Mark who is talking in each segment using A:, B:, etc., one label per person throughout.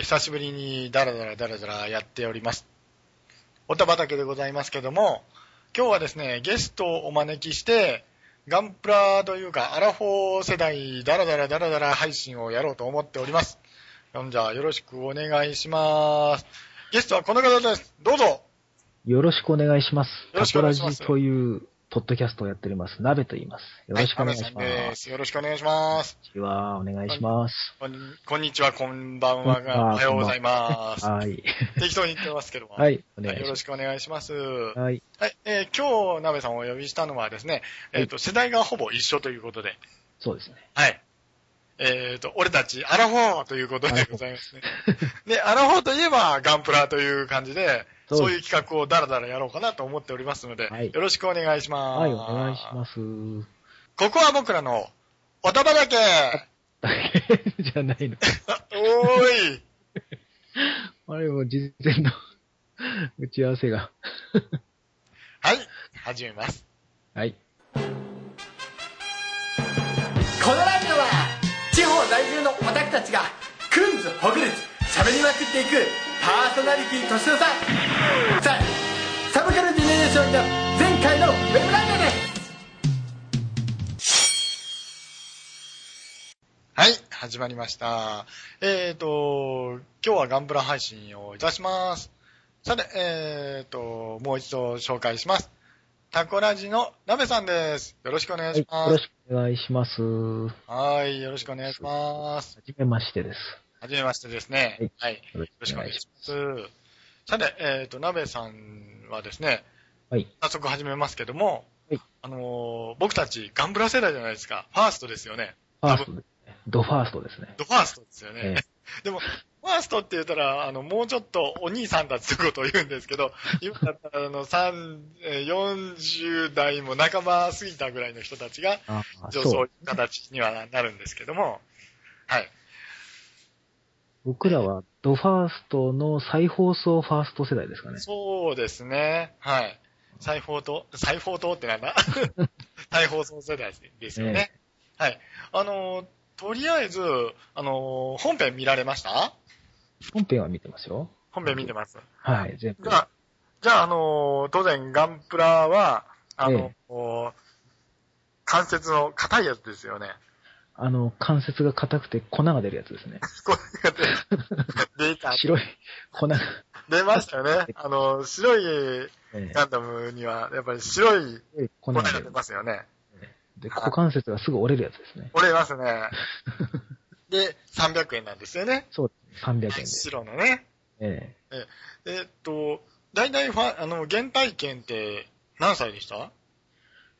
A: 久しぶりにダラダラダラダラやっております。おたばたけでございますけども、今日はですね、ゲストをお招きして、ガンプラというか、アラフォー世代ダラダラダラダラ配信をやろうと思っております。よんじゃあよろしくお願いします。ゲストはこの方です。どうぞ。
B: よろしくお願いします。
A: よろ
B: タ
A: しく
B: コ
A: お願
B: ラ
A: いし
B: ジ
A: ます
B: という、ポッドキャストをやっております。鍋と言います。よろしくお願いします。
A: はい、亀さんですよろしくお願いします。
B: では、お願いします。
A: こんこんにちは、こんばんは
B: こんばんは
A: おはようございます。
B: はい。
A: 適当に言ってますけども。
B: は
A: はい
B: い、お願い
A: よ
B: し
A: ろ
B: ま
A: しくお願いします。
B: す。はい。
A: はい、えー今日、鍋さんをお呼びしたのはですね、えっ、と、世代がほぼ一緒ということで、
B: そうですね。
A: はい。えっ、と、俺たち、アラフォーということでございますね。 で、アラフォーといえば、ガンプラという感じで、
B: そう
A: そういう企画をダラダラやろうかなと思っておりますので、
B: はい
A: よろしくお願いします。
B: はい、お願いします。
A: ここは僕らの、おたばだけ
B: じゃないの。
A: あ おーい
B: あれも事前の 打ち合わせが。
A: はい、始めます。
B: はい。
C: このラジオは地方在住のオタクたちがくんずほぐるつ喋りまくっていくパーソナリティとしのさんさサブカルディネーションの前回のウェブラジオです
A: はい、始まりました。えっ、と、今日はガンプラ配信をいたします。さて、えっ、と、もう一度紹介します。タコラジの鍋さんです。よろしくお願い
B: はい、よ
A: しま
B: ろ
A: す。
B: しくお願いします。は
A: はい、よろしくお願いします。
B: じめましてです。
A: はじめましてですね。はい、よ
B: よろ
A: ろしくお願いします。さて、えっ、と、鍋さんはですね、
B: はい。
A: 早速始めますけども、
B: はい
A: あのー僕たちガンプラ世代じゃないですか。ファーストですよね。
B: ファーストですね。ドファーストですね。
A: ドファーストですよね。
B: え
A: でも、ファーストって言ったら、あの、もうちょっとお兄さんたちのことを言うんですけ ど、今だったら、あの、3えー40代も半ば過ぎたぐらいの人たちが、
B: あ
A: 一応
B: そ
A: そう
B: う。
A: いう形にはなるんですけども、はい。
B: 僕らはドファーストの再放送ファースト世代ですかね。
A: そうですね、はい。再放送、再放送ってなん だ再放送世代ですよね。はい。あのー、とりあえず、あのー、本編見られました
B: 本編は見てますよ。
A: 本編見てます。
B: はい、全部
A: じゃ。あ、じゃあ、あのー当然、ガンプラは、あの、
B: え
A: こう関節の硬いやつですよね。
B: あの、関節が硬くて粉が出るやつですね。
A: こう やって出た、
B: 白い粉が。
A: 出ましたよ ね。あの、白い
B: ええ
A: ガンダムには、やっぱり白い
B: 白い
A: 粉
B: 粉が
A: が
B: 出
A: 出
B: る。
A: ますよね。
B: で、股関節がすぐ折れるやつですね。
A: 折れます ね。で、300円なんですよね。
B: そう、300円で。
A: 白のね。
B: え
A: えっと、だいたいファン、あの、原体験って何歳でした
B: え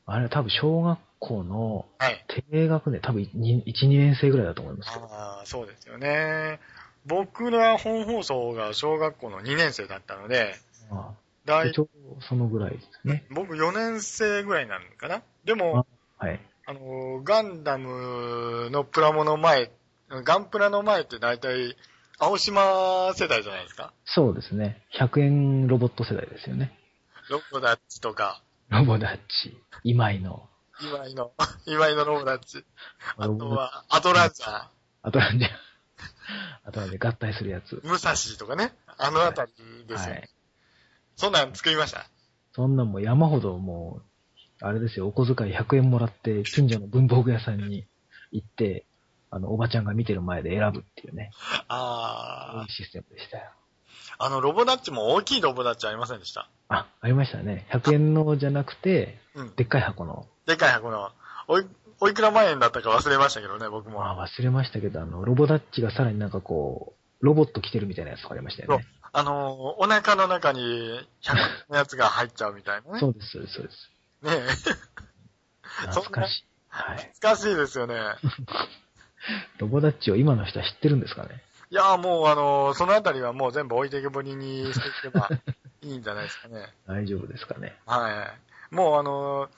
B: あれは多分小学校の
A: はい。
B: 低学年、多分1、2年生ぐらいだと思いますけど。
A: ああ、そうですよね。僕ら本放送が小学校の2年生だったので、
B: まあ、
A: 大
B: でちょうどそのぐらいですね。
A: 僕4年生ぐらいになるのかなでも、
B: はい。
A: あの、ガンダムのプラモの前、ガンプラの前って大体、青島世代じゃないですか。
B: そうですね。100円ロボット世代ですよね。
A: ロボダッチとか、
B: ロボダッチ、今井の。
A: 今井の、 今井のロボダッチ。あ
B: ロ
A: と
B: ボダッチ
A: は、アトランザ、
B: あとはね、 あとはね、合体するやつ。
A: ムサシとかね、あのあたりですよね。
B: はい。
A: そんなん作りました。
B: そんなんもう山ほどもう、あれですよ、お小遣い100円もらって、近所の文房具屋さんに行って、あの、おばちゃんが見てる前で選ぶっていうね、
A: ああ
B: いいシステムでしたよ。
A: あの、ロボダッチも大きいロボダッチありませんでした。
B: あ、ありましたね。100円のじゃなくて、
A: うん。
B: でっかい箱の。
A: でかい箱の、おい、おいくら万円だったか忘れましたけどね、僕も。
B: まあ、忘れましたけど、あの、ロボダッチがさらになんかこう、ロボット着てるみたいなやつとかありましたよね。
A: あのー、お腹の中に100のやつが入っちゃうみたいなね。
B: そうです、そうです、そうです。
A: ねえ。
B: 懐かしい。はい。
A: 難しいですよね。
B: ロボダッチを今の人は知ってるんですかね。
A: いやー、もうあのー、そのあたりはもう全部置いてけぼりにしていけ ばいいんじゃないですかね。
B: 大丈夫ですかね。
A: はい。もうあの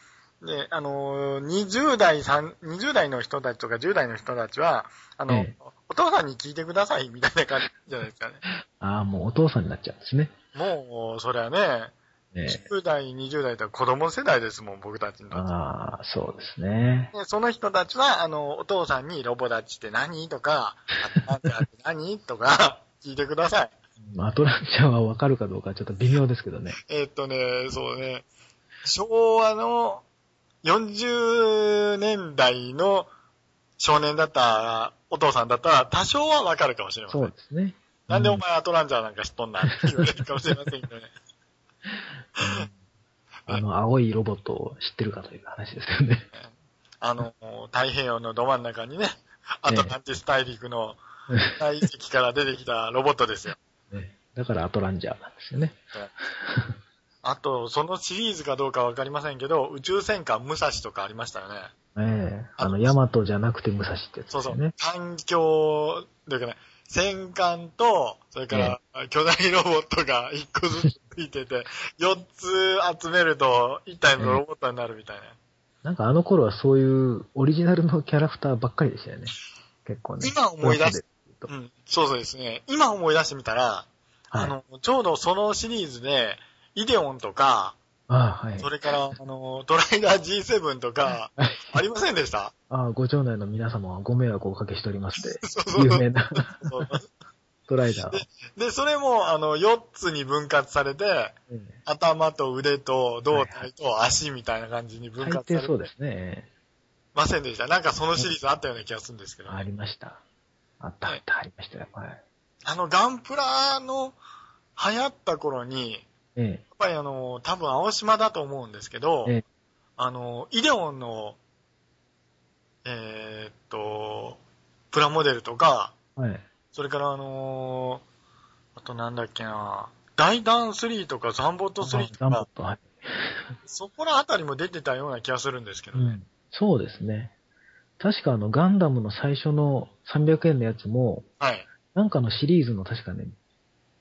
A: ー、ね、あのー、20代、3 20代の人たちとか10代の人たちは、あの、
B: え
A: お父さんに聞いてくださいみたいな感じじゃないですかね。
B: ああ、もうお父さんになっちゃうんですね。
A: もう、そりゃね、
B: ねえ
A: 10代、20代とは子供世代ですもん、僕たちの。
B: ああ、そうですね。
A: でその人たちは、あの、お父さんにロボダッチって何とか、あなんてあって何とか、聞いてください。
B: アトランチャはわかるかどうかちょっと微妙です けどね。
A: えーっとね、そうね、昭和の40年代の少年だったお父さんだったら多少はわかるかもしれません。
B: そうですね。
A: なんでお前アトランジャーなんか知っとんなって言われるかもしれませんけどね。
B: あの、青いロボットを知ってるかという話ですけどね。
A: あの、太平洋のど真ん中にね、アトランティス大陸の大石から出てきたロボットですよ。
B: ねだからアトランジャーなんですよね。
A: あと、そのシリーズかどうかわかりませんけど、宇宙戦艦武蔵とかありましたよね。
B: ええあの、ヤマトじゃなくて武蔵ってやつ
A: そう
B: です
A: そ
B: よ
A: う
B: ね。。
A: 環境、というかね、戦艦と、それから巨大ロボットが1個ずつついてて、4つ集めると1体のロボットになるみたいな。
B: なんかあの頃はそういうオリジナルのキャラクターばっかりでしたよね。結構ね。
A: 今思い出す
B: そうでと
A: うん、そうそうですね。今思い出してみたら、
B: はい
A: あの、ちょうどそのシリーズで、イデオンとか、
B: ああ、はい。
A: それから、あの、ドライダー G7 とか、ありませんで した
B: ああ、ご町内の皆様はご迷惑をおかけしておりまして、
A: そうそう
B: 有名な
A: そう
B: トラ イダーを。
A: で、それも、あの、4つに分割されて、
B: え
A: 頭と腕と胴体と足みたいな感じに
B: え
A: 分
B: 大
A: 割さ
B: 抵そう
A: れて
B: ですね。
A: ませんでした。なんかそのシリーズあったような気がするんですけど、
B: ありました。あった、あった、ありましたよ。はい。
A: あの、ガンプラの流行った頃に、
B: え
A: やっぱりあの、多分青島だと思うんですけど、
B: ええ
A: あの、イデオンの、えーっと、プラモデルとか、
B: えはい。
A: それからあのーあとなんだっけな、大弾3とかザンボット3と
B: ガンボッ
A: か、
B: ト、はい。
A: そこらあたりも出てたような気がするんですけど
B: う
A: ね。
B: ん。そうですね。確かあの、ガンダムの最初の300円のやつも、
A: はい。
B: なんかのシリーズの確かね、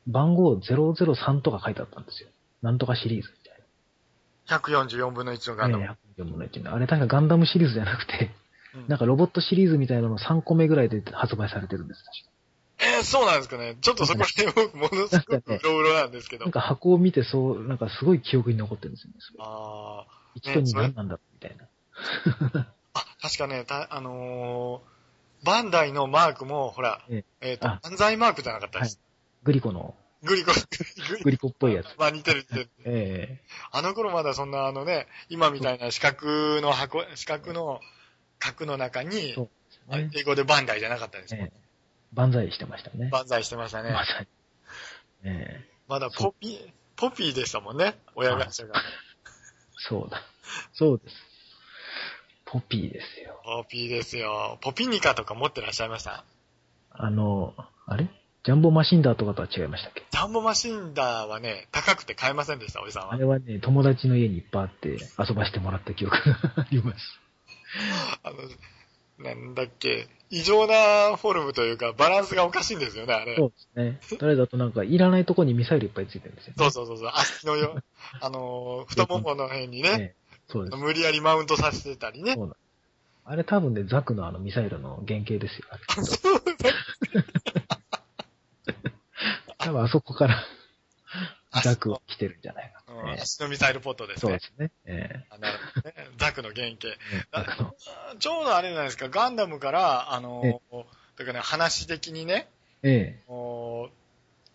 B: 番号003とか書いてあったんですよ。なんとかシリーズみたいな。
A: 144分の1のガンダム。
B: ね100もの一のあれ確かガンダムシリーズじゃなくて、
A: うん
B: なんかロボットシリーズみたいなの3個目ぐらいで発売されてるんです、
A: えーそうなんですかね。ちょっとそこら辺僕ものすごくうろうろなんですけど
B: なん。か箱を見てそう、なんかすごい記憶に残ってるんですよね。それ
A: あー
B: 一と
A: ね
B: 二
A: それ
B: 何なんだろうみたいな。
A: あ、確かね、たあのーバンダイのマークも、ほら、
B: え
A: えっ、と、
B: あ
A: 犯罪マークじゃなかったです。
B: グリコの、
A: グリコ、グリコ
B: グリコっぽいやつ。
A: まあ似てる似てる。
B: え
A: あの頃まだそんなあのね、今みたいな四角の箱、四角の角の中に
B: そ、う
A: あ
B: えね
A: 英語でバンダイじゃなかったです
B: え。え万歳してましたね。
A: バンザイしてましたね
B: 万。歳。ええ
A: まだポピー、ポピーでしたもんね、親会社が。
B: そうだ。 そうです。ポピーですよ。
A: ポピーですよ。ポピニカとか持ってらっしゃいました
B: あの、あれジャンボマシンダーとかとは違いましたっけ
A: ジャンボマシンダーはね、高くて買えませんでした、おじさん
B: あ
A: は。
B: れはね、友達の家にいっぱいあって遊ばしてもらった記憶 があります。
A: あの、なんだっけ、異常なフォルムというか、バランスがおかしいんですよね、あれ。
B: そうですね。誰だとなんかいらないとこにミサイルいっぱいついてるんですよ。
A: そうそうそうそう、足の よ、あのー、太ももの辺にね、
B: ええそうです。
A: 無理やりマウントさせてたりね
B: そ。うなんあれ多分ね、ザクのあのミサイルの原型ですよ。あれ 多分あそこから
A: あ
B: ザクを来てるんじゃないか
A: う
B: な。
A: ん
B: ええ
A: 足のミサイルポットです
B: そうで
A: ね。
B: すね。ええ
A: あなるほどね。ザクの原型。
B: ザクの。
A: ちょうどあれじゃないですか、ガンダムから、あのー、というかね、話的にね、
B: え
A: おー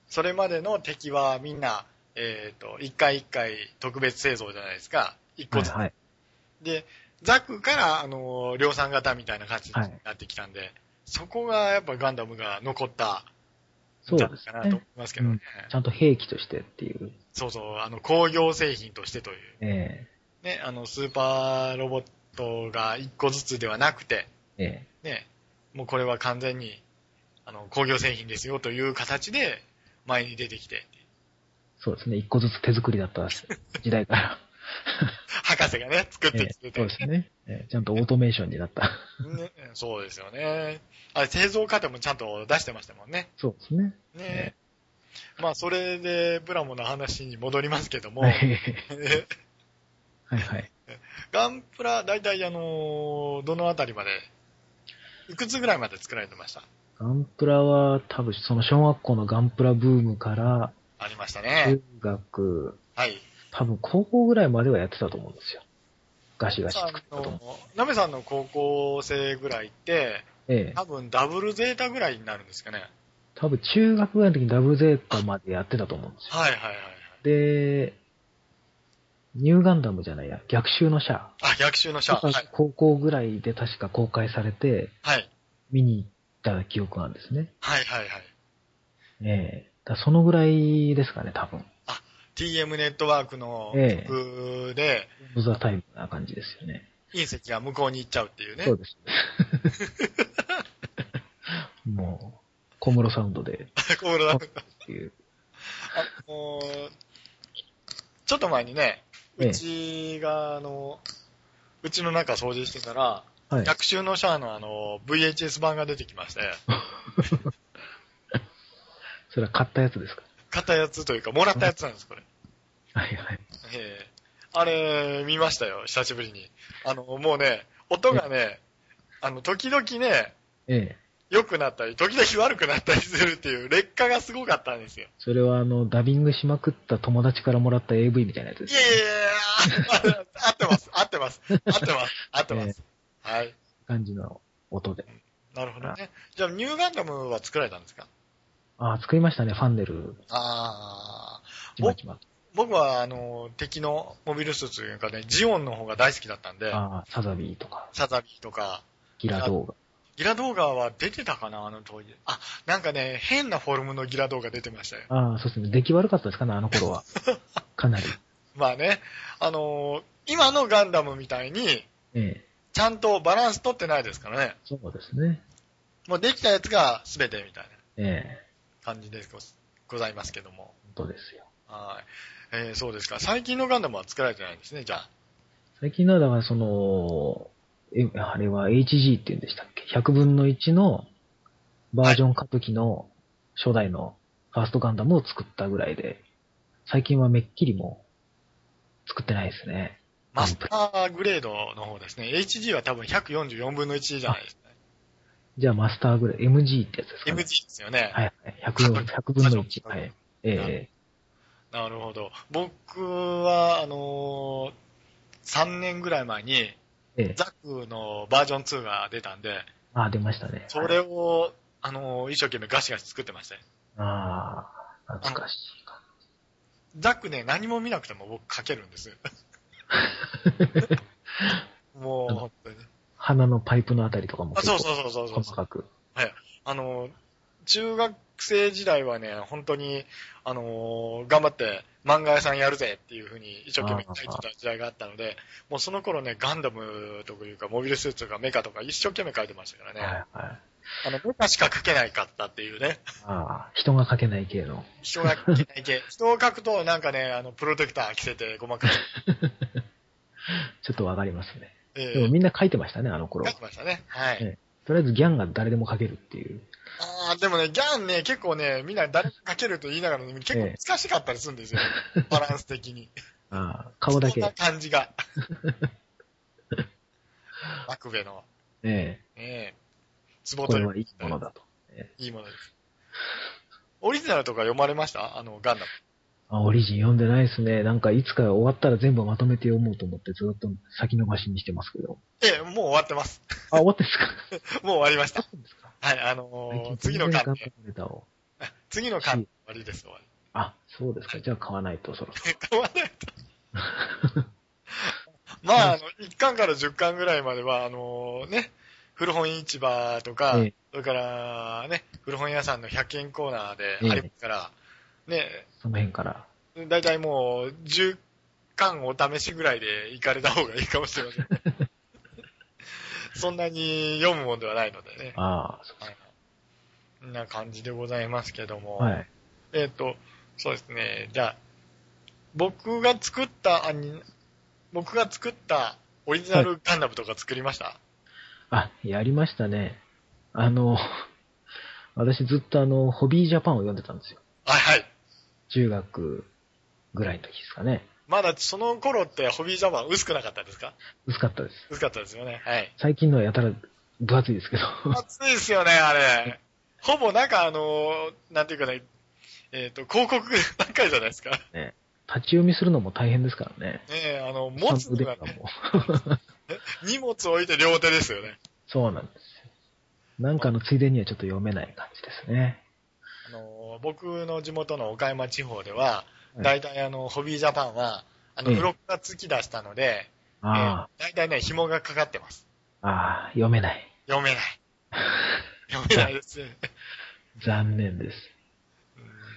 A: それまでの敵はみんな、えっ、と、一回一回特別製造じゃないですか。一
B: え
A: 個
B: はい
A: ずつ。
B: はい。
A: で、ザクから、あのー量産型みたいな感じになってきたんで、そこがやっぱガンダムが残った
B: そ
A: ん
B: う
A: じゃ
B: で
A: ない
B: す
A: かなと思い
B: ね。
A: ますけどね。
B: ちゃんと兵器としてっていう。
A: そうそう、あの、工業製品としてという。
B: え
A: ね、あの、スーパーロボットが一個ずつではなくて、
B: ええ
A: ね、もうこれは完全に、あの、工業製品ですよという形で前に出てきて、
B: えそうですね。一個ずつ手作りだ った時代から。
A: 博士がね、作ってきてて、
B: そうですね、えーちゃんとオートメーションに なった。
A: ねそうですよね。あれ、製造過程もちゃんと出してましたもんね。
B: そうですね。
A: ねまあ、それで、ブラモの話に戻りますけども、
B: はい はいはい。
A: ガンプラ、だいたいあのーどのあたりまで、いくつぐらいまで作られてました
B: ガンプラは多分その小学校のガンプラブームから、
A: ありました
B: 中
A: ね。
B: 学、
A: はい。
B: 多分高校ぐらいまではやってたと思うんですよ。ガシガシ
A: さん
B: 作ったと思う。
A: の、ナメさんの高校生ぐらいって、
B: ええ
A: 多分ダブルゼータぐらいになるんですかね。
B: 多分中学ぐらいの時にダブルゼータまでやってたと思うんですよ。
A: はいはいはいはい。
B: で、ニューガンダムじゃないや、逆襲のシャア。
A: あ、逆襲のシャア。はい。
B: 高校ぐらいで確か公開されて、
A: はい。
B: 見に行った記憶があるんですね。
A: はいはいはい。
B: ええだからそのぐらいですかね、多分。
A: TM ネットワークの
B: ええ
A: 曲で、
B: オブザタイムな感じですよね。
A: 隕石が向こうに行っちゃうっていうね。
B: そうです。 もう、小室サウン ドで
A: 小室さん
B: っていう。
A: あのーちょっと前にね、
B: ええ
A: うちが、あの、うちの中掃除してたら、
B: はい。
A: 逆襲のシャアのあの、VHS 版が出てきまして、
B: それは買ったやつですか。
A: 買ったやつというか、もらったやつなんです、これ。
B: はいはい。
A: ええあれ、見ましたよ、久しぶりに。あの、もうね、音がね、あの、時々ね、
B: ええ。
A: 良くなったり、時々悪くなったりするっていう、劣化がすごかったんですよ。
B: それはあの、ダビングしまくった友達からもらった AV みたいなやつで
A: い
B: す
A: や
B: ね。
A: いやいやいや、 あ合ってます、合ってます、合ってます、合ってます。はい。
B: 感じの音で。
A: なるほどね。じゃあ、ニューガンダムは作られたんですか
B: ああ、作りましたね、ファンネル。
A: ああ。
B: ちまちま。
A: 僕は、あの、敵のモビルスーツというかね、ジオンの方が大好きだったんで、
B: ああ、サザビーとか、
A: サザビーとか、
B: ギラ動画。
A: ギラ動画は出てたかな、あの当時。あ、なんかね、変なフォルムのギラ動画出てましたよ。
B: ああ、そうですね。出来悪かったですかね、あの頃は。かなり。
A: まあね、あのー今のガンダムみたいに、
B: ええ。
A: ちゃんとバランス取ってないですからね。
B: そうですね。
A: もうできたやつが全てみたいな
B: ええ。
A: 感じでごございますけども。
B: 本当ですよ。
A: はい。えーそうですか。最近のガンダムは作られてないんですね、じゃあ。
B: 最近のは、だからその、え、あれは HG って言うんでしたっけ ?100 分の1のバージョン化時の初代のファーストガンダムを作ったぐらいで、最近はめっきりもう作ってないですね。
A: マスターグレードの方ですね。HG は多分144分の1じゃないですか、ね。
B: じゃあマスターぐらい、MG ってやつですか、
A: MG
B: ね、
A: ですよね。
B: はいはい。100, 100分の1。はい。ええ
A: なるほど。僕は、あのー3年ぐらい前に、
B: ええ
A: ザクのバージョン2が出たんで、
B: ああ、出ましたね。
A: それを、あのー一生懸命ガシガシ作ってましたよ
B: ああ、懐かしいか。
A: ザクね、何も見なくても僕書けるん です。もう、本当に。
B: 鼻のパイプのあたりとかも
A: あ、
B: 結
A: そう
B: 構
A: そうそうそうそう
B: 細かく。
A: あの、中学生時代はね、本当に、あの、頑張って漫画屋さんやるぜっていう風に一生懸命書いてた時代があったので、もうその頃ね、ガンダムというか、モビルスーツとかメカとか一生懸命書いてましたからね、
B: はいはい。
A: あの、メカしか書けないかったっていうね、
B: ああ、人が描けない系の。
A: 人が書けない系。人を書くとなんかね、あの、プロテクター着せてごまかして、
B: ちょっとわかりますね。
A: え
B: でも
A: ー
B: みんな書いてましたね、あの頃
A: 書。きましたね。は
B: え
A: い。
B: えとりあえずギャンが誰でも書けるっていう。
A: ああ、でもね、ギャンね、結構ね、みんな誰か書けると言いながら、ね、結構難しかったりするんです よ。バランス的に。
B: ああ、顔だけ。
A: そんな
B: え
A: 感じ が。マクベの、
B: え
A: ねえ、ツボ
B: こと
A: い
B: れ
A: う
B: はいいものだと。
A: いいものです。オリジナルとか読まれましたあの、ガンダム。
B: あ、オリジン読んでないですね。なんかいつか終わったら全部まとめて読もうと思ってずっと先延ばしにしてますけど。
A: ええ、もう終わってます。
B: あ、終わってんすか
A: もう終わりました。
B: ですか
A: はい、あ
B: 最
A: のー
B: 近
A: 次の
B: 全然
A: 巻
B: ガン
A: で、
B: ダムネタを。
A: 次の巻、終わりです、終わり。
B: あ、そうですか。じゃあ買わないとそろそろ。
A: 買わないと。 まあ、あの、1巻から10巻ぐらいまでは、あのね、古本市場とか、
B: ええ
A: それからね、古本屋さんの100円コーナーでありますから、ね、
B: その辺から。
A: だいたいもう10巻お試しぐらいで行かれた方がいいかもしれません。 そんなに読むもんではないのでね。
B: ああ、そ
A: はいこんな感じでございますけども。
B: う。はい。
A: えっ、と、そうですね。じゃあ、僕が作ったアニ、僕が作ったオリジナルガンダムとか作りました、
B: あ、やりましたね。あの、 私ずっとあの、ホビージャパンを読んでたんですよ。
A: はい、はい。
B: 中学ぐらいの時ですかね。
A: まだその頃ってホビージャパン薄くなかったですか
B: 薄かったです。
A: 薄かったですよね。はい。
B: 最近のはやたら分厚いです けど。
A: 熱いですよね、あれ。ほぼなんかあの、なんていうかね、えっ、と、広告ばっかりじゃないですか。ね
B: 立ち読みするのも大変ですからね。
A: え、あの、持つ
B: ちゃんと
A: の
B: 腕
A: が
B: が
A: ね、
B: もう。
A: 荷物置いて両手ですよね。
B: そうなんですよ。なんかのついでにはちょっと読めない感じですね。
A: の、僕の地元の岡山地方では、
B: うん
A: 大体あの、ホビージャパンは、あの、
B: うん
A: 付録が突き出したので、えー
B: あ
A: 大体ね、紐がかかってます。
B: あ、ああ、読めない。
A: 読 めない。読めないです。うん
B: 残念です。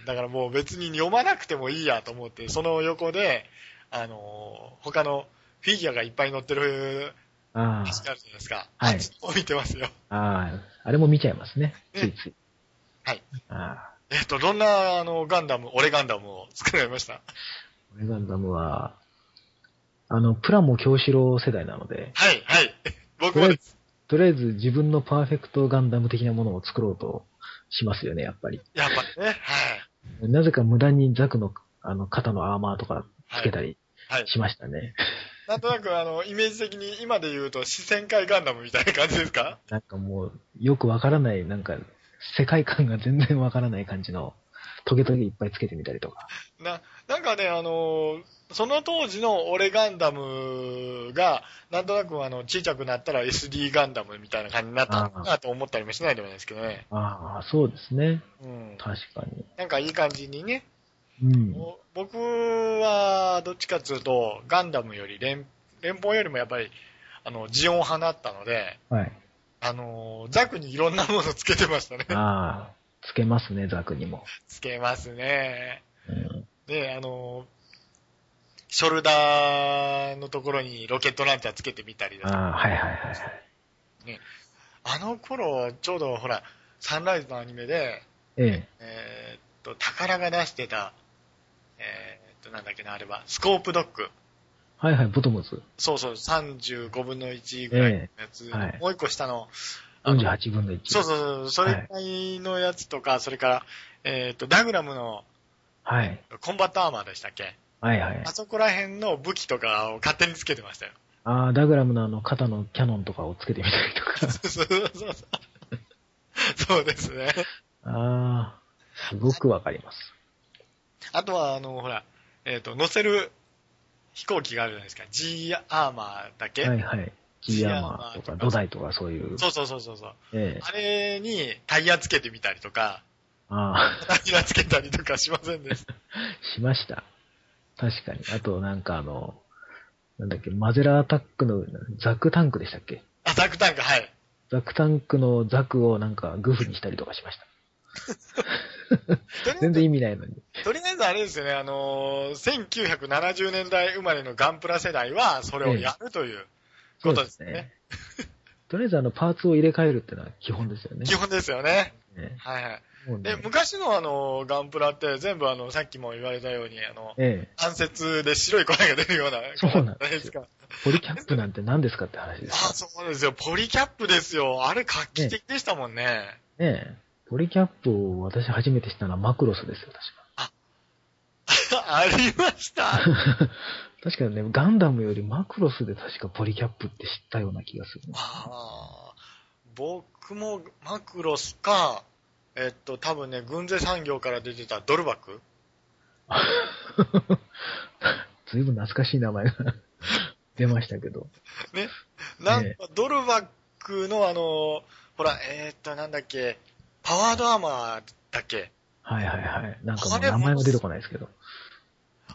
A: だからもう別に読まなくてもいいやと思って、その横で、あのー他のフィギュアがいっぱい載ってる橋
B: あ
A: があるじゃないですか。
B: はい
A: あっちを見てますよ。
B: あ、ああ、あれも見ちゃいますね。ついつい。
A: はい。
B: ああ、
A: えっと、どんな、あの、ガンダム、俺ガンダムを作られました
B: オレガンダムは、あの、プラモ京志郎世代なので、
A: はい、はい。僕 もです。
B: とりあえず自分のパーフェクトガンダム的なものを作ろうとしますよね、やっぱり。
A: やっぱりね、
B: なぜか無駄にザクの、あの、肩のアーマーとかつ
A: はい。は
B: け
A: い。
B: たり
A: はい。
B: しましたね。
A: なんとなく、あの、イメージ的に今で言うと、四川界ガンダムみたいな感じですか
B: なんかもう、よくわからない、なんか、世界観が全然わからない感じの、トゲトゲいっぱいつけてみたりとか。
A: な、なんかね、あのー、その当時の俺ガンダムが、なんとなくあの、小さくなったら SD ガンダムみたいな感じになったのかなと思ったりもしないでもないですけどね。
B: ああ、そうですね。
A: うん。
B: 確かに。
A: なんかいい感じにね、
B: うん。
A: お僕はどっちかっていうと、ガンダムより連、連邦よりもやっぱり、あの、ジオン派だったので、
B: はい。
A: あのー、ザクにいろんなものつけてましたね。
B: ああ、つけますね、ザクにも。
A: つけますね。
B: うん、
A: で、あのー、ショルダーのところにロケットランチャーつけてみたりだとか
B: ああ、はいはいはいはい。
A: あの頃、ちょうどほら、サンライズのアニメで、
B: ええ。
A: えーっと、宝が出してた、えーっと、なんだっけな、あれは、スコープドッグ。
B: はいはい、ボトムズ。
A: そうそう、35分の1ぐらいのやつ、
B: えはい
A: もう一個下の、あの
B: 48分の1。
A: そうそうそう、それぐらいのやつとか、それから、えーっと、ダグラムの
B: はい。
A: コンバットアーマーでしたっけ
B: はいはい
A: あ。そこら辺の武器とかを勝手につけてましたよ。
B: ああ、ダグラムのあの、肩のキャノンとかをつけてみたり とか。
A: そうそうそう そうですね。
B: ああ、すごくわかります。
A: あとは、あの、ほら、えっ、と、乗せる飛行機があるじゃないですか。G アーマーだっけ、
B: はいはい。G アーマ
A: ジアーマー
B: ーと
A: とか
B: か、土台とかそういう。
A: そうそうそうそうそう。
B: ええ。
A: あれにタイヤつけてみたりとか、
B: ああ、
A: タイヤつけたりとかしませんでした。
B: しました。確かに。あと、なんかあの、なんだっけ、マゼラアタックのザクタンクでしたっけ
A: アタックタンク、はい。
B: ザクタンクのザクをなんかグフにしたりとかしました。
A: とりあえ
B: 全
A: ず
B: 然意味ないのに。
A: とりあえずあれですよね、あのー1970年代生まれのガンプラ世代はそれをやるという
B: そ
A: こ
B: う
A: と
B: で
A: ですすね
B: ね。。とりあえずあの、パーツを入れ替えるってのは基本ですよね。
A: 基本ですよね。
B: ね
A: はいはい。
B: もう
A: で、
B: ね
A: 昔のあのーガンプラって全部あの、さっきも言われたように、あの、
B: ええ。
A: 関節で白い粉が出るような、
B: そうなん
A: じゃな
B: ですよ
A: いですか。
B: ポリキャップなんて何ですかって話です
A: あ、
B: か
A: そうですよ。ポリキャップですよ。あれ画期的でしたもんね。
B: らねえ。ポリキャップを私初めて知ったのはマクロスですよ、確か。
A: ありました。
B: 確かに ね、ガンダムよりマクロスで確かポリキャップって知ったような気がするな。
A: あー僕もマクロスか、えっと、多分ね、軍勢産業から出てたドルバック。
B: ずいぶん懐かしい名前が 出ましたけど。
A: なん
B: え
A: か、ドルバックのあの、ほら、えっと、なんだっけ、パワードアーマーだっけ。
B: はいはいはい。なんかも
A: あ
B: う
A: れ
B: 名前も出てこないですけど。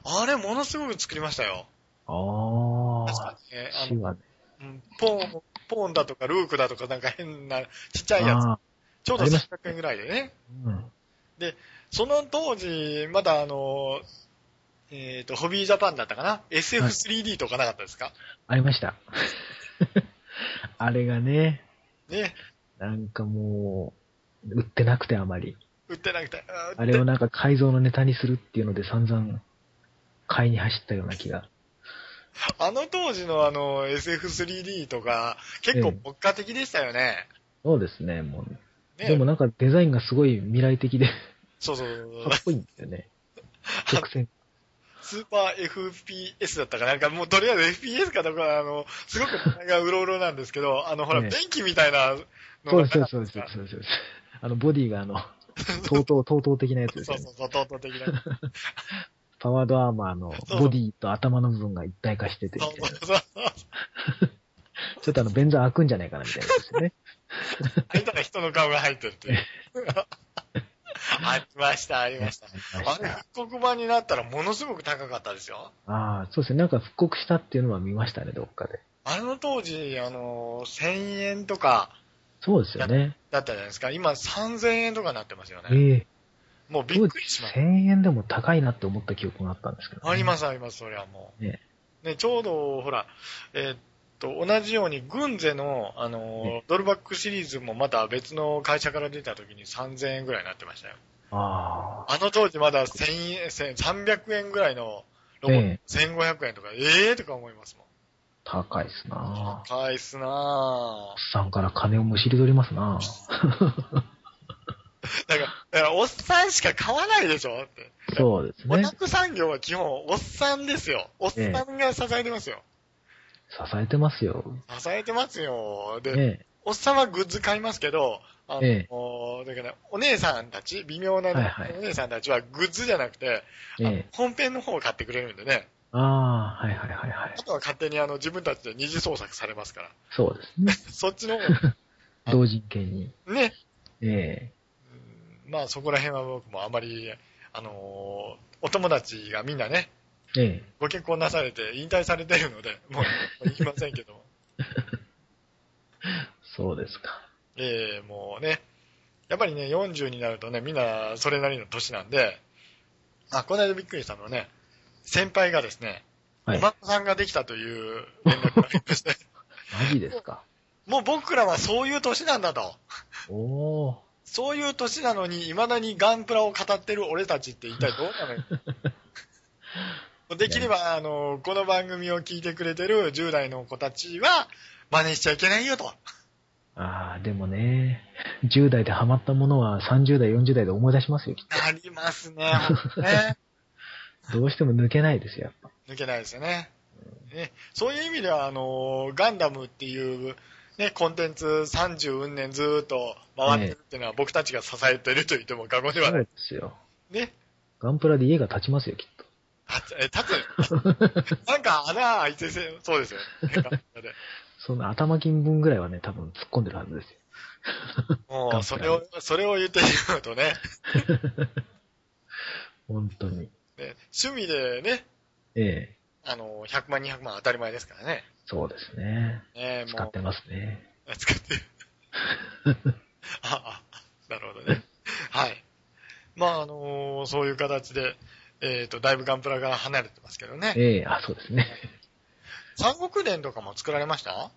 A: あれ、ものすごく作りましたよ。確
B: あ
A: かにね
B: あ、
A: あ
B: 死
A: の
B: はね。
A: うんポーン、ポーンだとかルークだとかなんか変なちっちゃいやつ。
B: ああ、
A: ちょうど
B: ありまし
A: 300円ぐらいでね。
B: うん。
A: その当時、まだあの、えっ、と、ホビージャパンだったかな ?SF3D とかなかったですか、
B: ありました。 あれがね、
A: ね、
B: なんかもう、売ってなくてあまり。
A: 売ってなくて。
B: あれを
A: な。
B: なんか改造のネタにするっていうので散々買いに走ったような気が。
A: あの当時のあの、SF3D とか、結構
B: ええ
A: 牧歌的でしたよね。
B: そうですね、もう。
A: ね。
B: でもなんかデザインがすごい未来的で、か
A: そうそうそうそう
B: っこいいんですよね。曲 線。
A: スーパー FPS だったかななんかもうとりあえず FPS かとか、あの、すごく名前がうろうろなんですけど、あの、ほら、
B: ええ
A: 電気みたいな
B: そ
A: のが
B: うです、そう
A: な
B: です、そ
A: か
B: う
A: っ
B: で
A: たですか。
B: すそうです。あの、ボディがあの、 とうとう、とうとう的なやつです
A: そ
B: よ
A: う
B: ね
A: そ。うそう、トート的な。
B: パワードアーマーのボディと頭の部分が一体化してて、
A: そう
B: みたいな
A: そうそう。
B: ちょっとあの、便座開くんじゃないかなみたいなやつですよね。
A: 開いたら人の顔が入ってるっていう。ありました、ありました。
B: ありま
A: あ
B: し
A: れ、
B: た
A: 復刻版になったらものすごく高かったですよ。
B: ああ、そうですね。なんか復刻したっていうのは見ましたね、どっかで。
A: あの当時、あの、1000円とか
B: そうですよね。
A: だったじゃないですか。今3000円とかになってますよね。
B: ええ
A: もうびっくりしま
B: 1000
A: す。
B: 円でも高いなって思った記憶があったんですけど、。
A: ありますす、あります、それはもう。
B: ね
A: ね、ちょうど、ほら、えーっと、同じように、グンゼの、あのー
B: ね
A: ドルバックシリーズもまた別の会社から出た時に3000円ぐらいになってましたよ。
B: ああ。
A: あの当時まだ1000円、1000 300円ぐらいのロボッ
B: え
A: ト、1500円とか、ええー、とか思いますもん。
B: 高いっすなあ
A: 高いっすな
B: おっさんから金をむしり取りま すなあ
A: ぁ。だから、だからおっさんしか買わないでしょって。
B: そうです
A: オ
B: ね
A: タ。ク産業は基本、おっさんですよ。おっさんが支えてますよ。
B: 支えてますよ。
A: 支えてますよ。で、
B: ね
A: おっさんはグッズ買いますけど、あの、
B: ええ
A: だから、お姉さんたち、微妙な、
B: はいはい
A: お姉さんたちはグッズじゃなくて、
B: えええ
A: 本編の方を買ってくれるんでね、
B: ああ、はいはいはいはい
A: あ。とは勝手にあの自分たちで二次創作されますから、
B: そうですね。
A: そっち の方あ
B: 同人系に。
A: ね、
B: え
A: うんまあそこら辺は僕もあまり、あのーお友達がみんなね、
B: ええ
A: ご結婚なされて引退されてるので、もう言いませんけど も、
B: えそうですか。
A: ええもうね、やっぱりね、40になるとね、みんなそれなりの年なんで、あ、この間びっくりしたのはね、先輩がですね、
B: はい
A: お孫さんができたという連絡がありま して、
B: マジですか。
A: もう僕らはそういう年なんだと。
B: おー。
A: そういう年なのに、未だにガンプラを語ってる俺たちって一体どうなのよ。できれば、あの、この番組を聞いてくれてる10代の子たちは、真似しちゃいけないよと。
B: ああ、でもね、10代でハマったものは30代、40代で思い出しますよ、きっ
A: ありますね、ほんとね。
B: と。どうしても抜けないですよ、やっぱ。
A: 抜けないですよね。ねそういう意味では、あの、ガンダムっていう、ね、コンテンツ30運年ずーっと回ってるっていうのは、僕たちが支えてると言っても過言では
B: そう
A: ない。
B: ですよ。
A: ね。
B: ガンプラで家が建ちますよ、きっと。
A: 立つ、え、立つ。なんか穴開いてせ、そうですよね。ガンプラで
B: その頭金分ぐらいはね、多分突っ込んでるはずですよ。
A: もう、それを、それを言ってしまうとね
B: 本当に。
A: ね趣味でね、
B: ええ
A: あの、100万、200万当たり前ですからね。
B: そうですね。
A: ね
B: 使
A: も
B: ってますね。
A: う、 使 ってる。ああ、なるほどね。 はい。まあ、あのーそういう形で、えっ、と、だいぶガンプラから離れてますけどね。
B: ええあ、そうですね。
A: 三国伝とかも作られました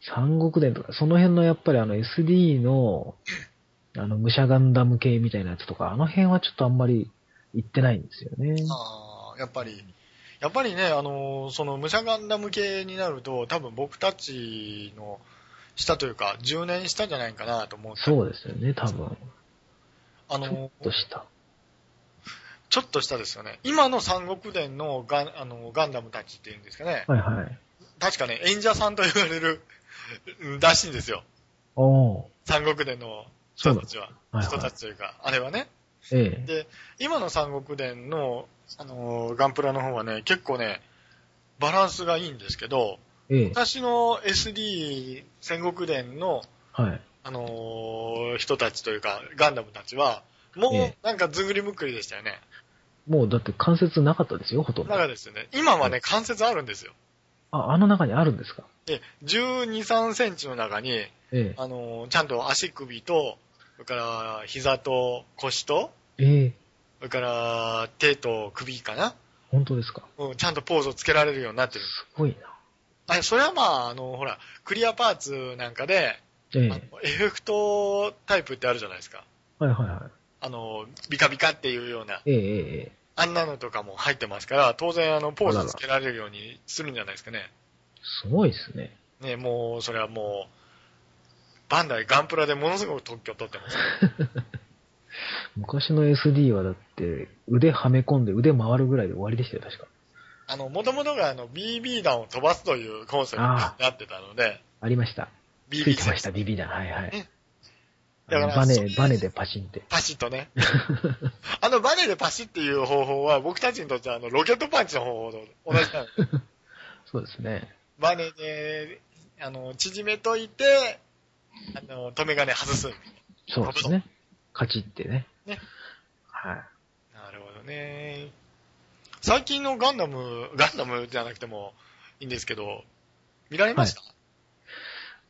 B: 三国伝とか、その辺のやっぱりあの SD の、あの、武者ガンダム系みたいなやつとか、あの辺はちょっとあんまり行ってないんですよね。
A: ああ、やっぱり、やっぱりね、あのーその武者ガンダム系になると、多分僕たちの下というか、10年下じゃないかなと思って。
B: そうですよね、多分。
A: あ
B: ちょ
A: の
B: っ
A: ー
B: とした。
A: ちょっと下ですよね。今の三国伝のガンあのガンダムたちっていうんですかね。
B: はいはい。
A: 確かね、演者さんと言われるうんらしいんですよ。
B: おお
A: 三国伝の人たちは。
B: はいはい
A: 人たちというか、あれはね。
B: ー。ええ
A: で、今の三国伝の、あのーガンプラの方はね、結構ね、バランスがいいんですけど、
B: ええ
A: 昔の SD 戦国伝の、
B: はい。
A: あのー人たちというか、ガンダムたちは、も
B: ええ
A: うなんかずぐりむっくりでしたよね。
B: もうだって関節なかったですよ、ほとんど。
A: 中
B: あ、
A: ですよね。今はね、関節あるんですよ。
B: あの中にあるんですか
A: で、12、3センチの中に、
B: え
A: あのーちゃんと足首と、それから膝と腰と、
B: えええ
A: それから手と首かな、
B: 本当ですか
A: うん、ちゃんとポーズをつけられるようになって
B: す
A: る。
B: ごいな。
A: あそれはまあ、あのーほら、クリアパーツなんかで、
B: ええ
A: あのエフェクトタイプってあるじゃないですか。
B: はいはいは
A: あのービカビカっていうような、
B: い。ええええええ
A: あんなのとかも入ってますから、当然あの、ポーズつけられるようにするんじゃないですかね。
B: すごいですね。
A: ね、もう、それはもう、バンダイガンプラでものすごく特許取ってます。
B: 昔の SD はだって、腕はめ込んで腕回るぐらいで終わりでしたよ、確か。
A: あの、もともとがあの、BB 弾を飛ばすというコンセプトになってたので、
B: ありました。つ
A: BB
B: いてました、
A: 弾。
B: ビビだ。はいはい
A: ね。
B: あの
A: だから
B: バ
A: それ
B: ネ、バネでパチンって。
A: パシッとね。あの、バネでパシッっていう方法は、僕たちにとってはあの、ロケットパンチの方法と同じなの。
B: そうですね。
A: バネで、あの、縮めといて、あの、止め金外す。
B: そうですね。カチってね。
A: ね。
B: はい。
A: なるほどね。最近のガンダム、ガンダムじゃなくてもいいんですけど、見られました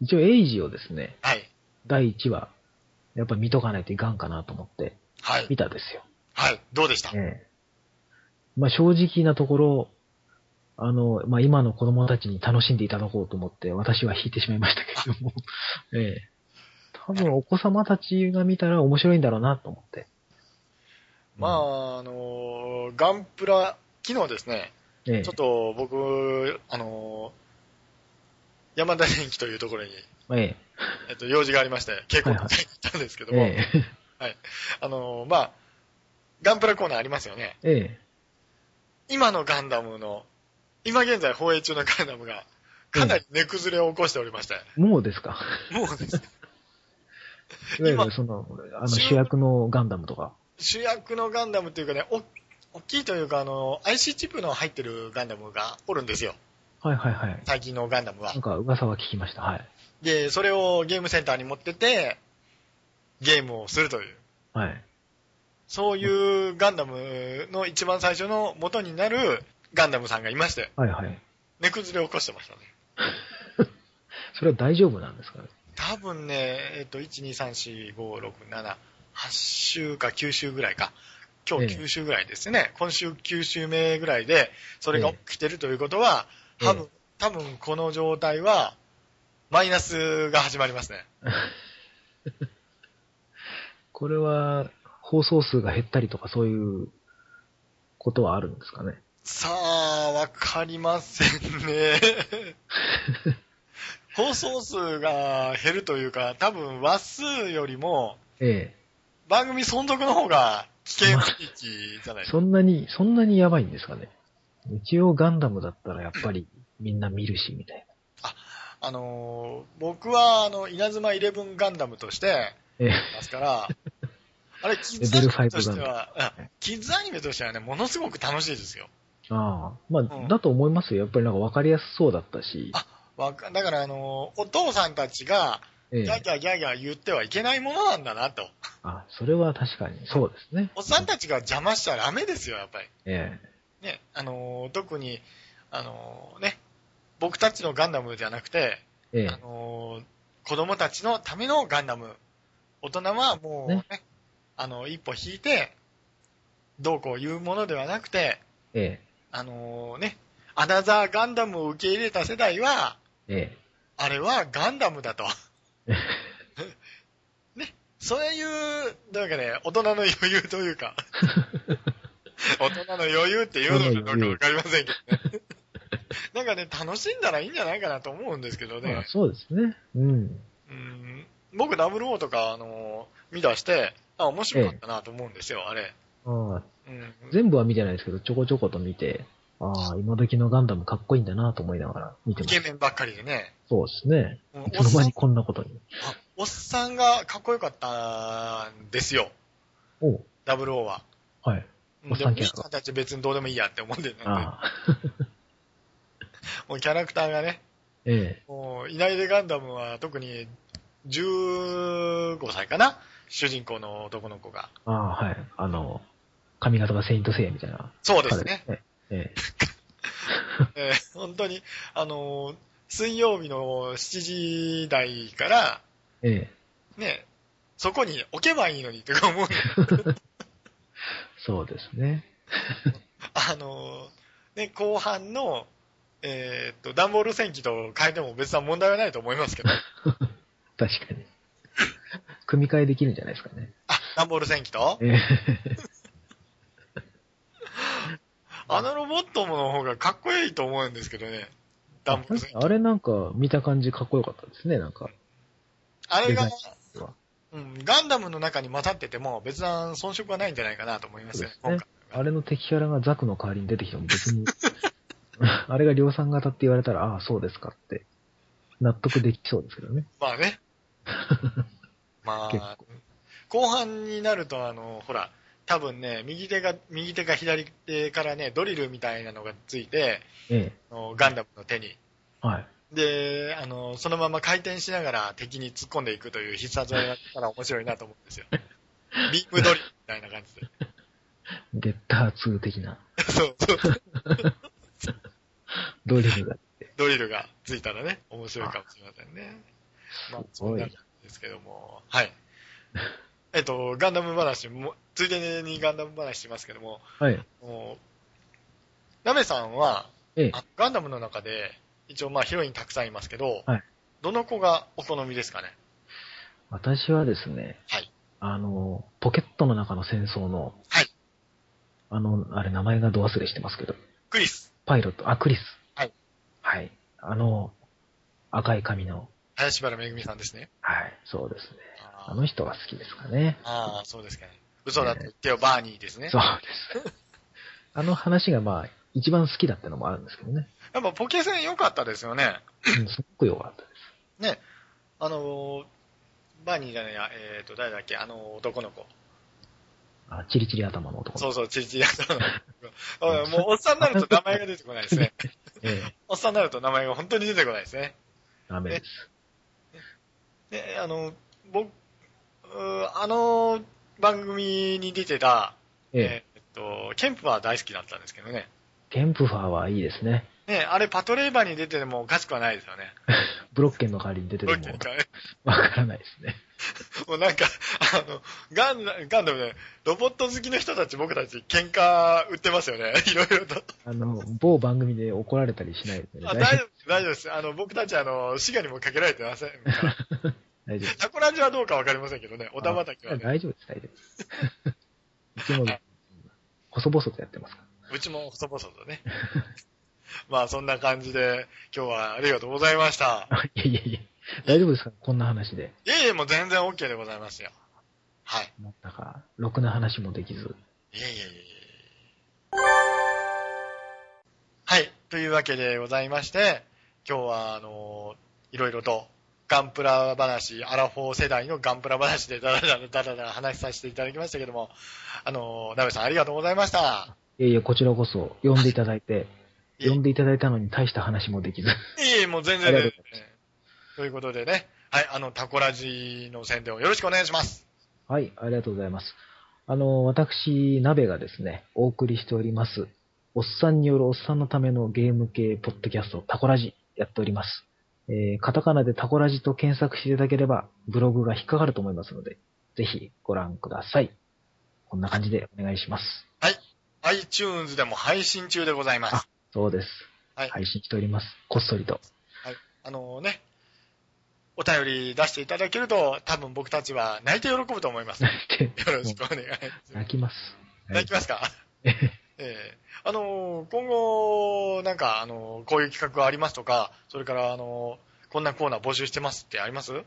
B: 一応、エイジをですね、
A: はい。
B: 第1話、やっぱ見とかないといかんかなと思って、
A: は
B: 見
A: い。
B: たんですよ。
A: はい。どうでした
B: ええ。まあ、正直なところ、あの、まあ、今の子供たちに楽しんでいただこうと思って、私は引いてしまいましたけれど も、ええ。多分、お子様たちが見たら面白いんだろうなと思って。
A: まあ、あのーガンプラ、昨日ですね、
B: うん、ええ
A: ちょっ。と僕、あのー山田電機というところに、
B: ええ。
A: えっと、用事がありまして、稽古に行ったんですけども、
B: ええ。
A: あのーまあ、ガンプラコーナーありますよね。
B: ええ。
A: 今のガンダムの、今現在放映中のガンダムが、かなり根崩れを起こしておりまして、
B: もうです か。
A: もうですね、
B: いわゆるその、あの主役のガンダムとか。
A: 主役のガンダムというかね、お大きいというか、あの、IC チップの入ってるガンダムがおるんですよ。
B: はいはいはい。
A: 最近のガンダムは
B: なん。か噂は聞きました。はい。
A: で、それをゲームセンターに持ってて、ゲームをするという。
B: はい。
A: そういうガンダムの一番最初の元になるガンダムさんがいまして、
B: はいはい。
A: 根崩れを起こしてましたね。
B: それは大丈夫なんですかね。
A: 多分ね、えっと、1、2、3、4、5、6、7、8週か9週ぐらいか。今
B: え
A: 日
B: え
A: 9週ぐらいですね。今週9週目ぐらいで、それが起きてるということは、
B: ええ
A: 多分、多分この状態は、マイナスが始まりますね。
B: これは、放送数が減ったりとかそういうことはあるんですかね。
A: さあ、わかりません ね。放送数が減るというか、多分話数よりも、
B: え
A: 番組存続の方が危険地域じゃな
B: え
A: い。
B: そんなに、そんなにやばいんですかね。一応ガンダムだったらやっぱりみんな見るし、みたい
A: あのー僕は、あの、稲妻イレブンガンダムとして、
B: な。ええ
A: ますから、あれ、キッズ
B: レ
A: ア
B: ベ
A: ニ
B: ル
A: メとし
B: 5
A: て
B: ガン
A: は、う
B: ム
A: んキッズアニメとしてはね、ものすごく楽しいですよ。
B: ああ。まあ、
A: ん
B: だと思いますよ。やっぱりなんかわかりやすそうだったし。
A: あわかだから、あのーお父さんたちが、
B: え
A: ギャー
B: え
A: ギャーギャーギャー言ってはいけないものなんだなと。
B: あ、それは確かに。そうですね。
A: おっさんたちが邪魔しちゃダメですよ、やっぱり。
B: ええ
A: ね、あのー特に、あのーね、僕たちのガンダムじゃなくて、
B: ええ
A: あのー子供たちのためのガンダム。大人はもうね、あの、一歩引いて、どうこう言うものではなくて、
B: ええ
A: あのーね、アナザーガンダムを受け入れた世代は、
B: え
A: あれはガンダムだ と。
B: え
A: ね、そういう、なんかね、大人の余裕という か、大人の余裕っていうのかどうかわかりませんけど ね。なんかね、楽しんだらいいんじゃないかなと思うんですけど
B: え
A: ね
B: まあ。そうですね。うん。
A: うん僕、ダブルオーとか、あの見出して、あ、面白かったなと思うんですよ、あれ。
B: ああ
A: うん。
B: 全部は見てないですけど、ちょこちょこと見て、ああ、今時のガンダムかっこいいんだなと思いながら見て
A: イ
B: ま
A: ケ
B: す。
A: メンばっかりでね。
B: そうですね。
A: うん
B: い
A: お
B: つ
A: っ
B: の
A: さ
B: 間
A: ん
B: に、こんなことに。
A: あおっさんがかっこよかったんですよ、
B: おう
A: ダブルオーは。
B: はい。
A: で
B: お
A: も、
B: っさん
A: 兄
B: キャラ
A: さんたち別にどうでもいいやって思ってるんで、
B: ああ、
A: もうキャラクターがね、
B: え
A: もう、いないでガンダムは特に15歳かな主人公の男の子が。
B: えああ、はい。あの、髪型がセイントセイヤみたいな。
A: そうですね。
B: 彼。ええ
A: えー本当に、あのー水曜日の7時台から、
B: ええ
A: ね、そこに置けばいいのにとか 思う。
B: そうですね。
A: あのーね、後半の、えーっと、段ボール戦記と変えても別な問題はないと思いますけど、
B: 確かに。 組み替えできるんじゃないですかね。
A: あ、段ボール戦記と
B: ええ
A: あのロボットの方がかっこいいと思うんですけどね。段ボール戦記。
B: あれなんか見た感じかっこよかったですね、なんか。
A: あれが
B: デ、ザインは
A: うん、ガンダムの中に混ざってても別な遜色はないんじゃないかなと思いますよ、
B: そうですね
A: 今回
B: あれの敵キャラがザクの代わりに出てきても別に、 あれが量産型って言われたら、ああ、そうですかって、納得できそうですけどね。
A: まあね。 ま
B: 結
A: あ、後半になると、あの、ほら、多分ね、右手が、右手か左手からね、ドリルみたいなのがついて、
B: え
A: あのガンダムの手に。
B: え。はい。
A: で、あの、そのまま回転しながら敵に突 っ込んでいくという必殺技があったら面白いなと思うんですよ。ビームドリルみたいな感じで。
B: ゲッター2的な
A: そうそう。
B: ドリルがあって。
A: ドリルがついたらね、面白いかもしれませんね。まあ、
B: すごい
A: そうなんですけども、はい。えっと、ガンダム話も、ついでにガンダム話しますけども、
B: はい。
A: もう、ナベさんは、
B: ええ
A: あガンダムの中で、一応まあヒロインたくさんいますけど、
B: はい
A: どの子がお好みですかね
B: 私はですね、
A: はい
B: あの、ポケットの中の戦争の、
A: はい
B: あの、あれ名前がど忘れしてますけど、
A: クリス、
B: パイロット、あ、クリス。
A: はい。
B: はい。あの、赤い髪の、
A: 林原めぐみさんですね。
B: はい、そうですね。あ
A: あー
B: の人が好きですかね。
A: あー、そうですかね。嘘だと言ってよ、バーニーですね
B: そ。う です。あの話がまあ、一番好きだってのもあるんですけど ね。
A: やっぱポケセン良かったですよね。
B: うんすっごく良かったです。
A: ね、あのーバーニーじゃないや、えっ、と、誰だっけ、あの男の子。
B: あ、チリチリ頭の男
A: そ
B: の
A: うそう、チリチリやったの おいもうおっさんになると名前が出てこないですね。
B: ええ、
A: おっさんになると名前が本当に出てこないですね。
B: ダメです。
A: で、あの、僕、うーあの番組に出てた、
B: ええ、
A: えーっと、ケンプは大好きだったんですけどね。
B: ケンプファーはいいですね。
A: ね、あれパトレーバーに出てもおかしくはないですよね。
B: ブロッケンの代わりに出て
A: どう
B: る
A: 言っ
B: の
A: てい
B: も
A: いかね
B: わからないですね。
A: もうなんか、あの、ガンダ、ガンダムで、ロボット好きの人たち、僕たち、喧嘩売ってますよね。 いろいろと。
B: あの、某番組で怒られたりしないですね。
A: あ
B: 大
A: 大
B: 丈
A: 丈夫、大丈夫です。あの、僕たち、あの、滋賀にもかけられてません から。
B: 夫。大丈夫。
A: タコラジはどうかわかりませんけどね、小田畑はね、
B: 大丈夫です、大丈夫です。いつも、細々とやってますか
A: うちも細々とね。 まあ、そんな感じで、今日はありがとうございました。
B: ら。いやいやいや、大丈夫ですかこんな話で。
A: いえいえ、もう全然 OK でございますよ。はい。
B: なんだか、ろくな話もできず。
A: いえいえいえいえ。はい。というわけでございまして、今日は、あのいろいろと、ガンプラ話、アラフォー世代のガンプラ話でだらだらだらだら話させていただきましたけども、あのなべさんありがとうございました。
B: いやいや、こちらこそ、呼んでいただいて、
A: いえ
B: 呼んでいただいたのに大した話もできず。
A: いえいえ、もう全
B: あ
A: 然
B: り
A: で
B: が
A: す
B: とう
A: ね
B: ございま。
A: ということでね、はい、あの、タコラジの宣伝をよろしくお願いします。
B: はい、ありがとうございます。あの、私、鍋がですね、お送りしております、おっさんによるおっさんのためのゲーム系ポッドキャスト、タコラジ、やっております。えー、カタカナでタコラジと検索していただければ、ブログが引っかかると思いますので、ぜひご覧ください。こんな感じでお願いします。
A: iTunes でも配信中でございます。
B: そうです。
A: はい
B: 配信しております。こっそり と。
A: あのね、お便り出していただけると、多分僕たちは泣いて喜ぶと思い ます。よろしくお願いしま
B: 泣きます。
A: す。泣きますか
B: え
A: ええあの今後、なんか、あのこういう企画がありますとか、それから、あのこんなコーナー募集してますってあります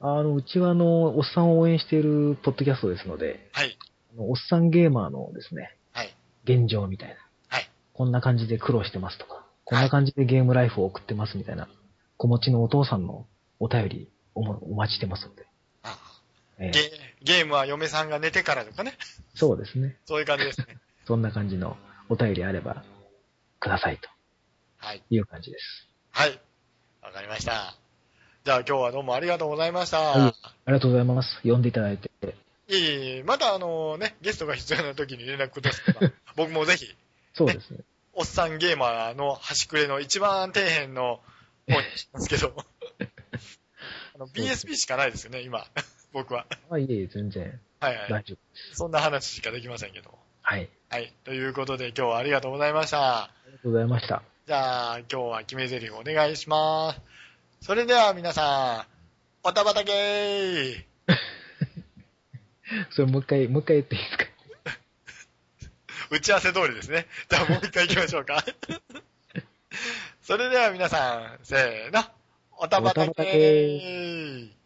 B: あの、うちはあの、おっさんを応援しているポッドキャストですので、
A: はい。
B: あのおっさんゲーマーのですね、
A: はい。
B: 現状みたいな。
A: はい
B: こんな感じで苦労してますとか、こんな感じでゲームライフを送ってますみたいな、子持ちのお父さんのお便りおもお待ちしてますので。
A: あ
B: えー
A: ゲゲームは嫁さんが寝てからとかね。
B: そうですね。
A: そういう感じですね。
B: そんな感じのお便りあれば、くださいと
A: はい。
B: いう感じです。
A: はい。わかりました。じゃあ今日はどうもありがとうございました。
B: はいありがとうございます。呼んでいただいて。
A: いえいえ、またあのね、ゲストが必要な時に連絡くださ い。僕もぜひ、
B: そうですね。
A: おっさんゲーマーの端くれの一番底辺の方にしますけ ど、あの BSP しかないですよね、今。 僕は。
B: あいえいえ、全然
A: はい
B: 大
A: はい。
B: 丈夫。
A: そんな話しかできませんけど。
B: はい。
A: はい。ということで今日はありがとうございました。
B: ありがとうございました。
A: じゃあ、今日は決め台詞お願いします。それでは皆さん、おたばたけー
B: それもう一回、もう一回言っていいですか
A: 打ち合わせ通りですね。 じゃあもう一回行きましょうか。 それでは皆さん、せーの、おたばたけ
B: おたばたけ
A: ー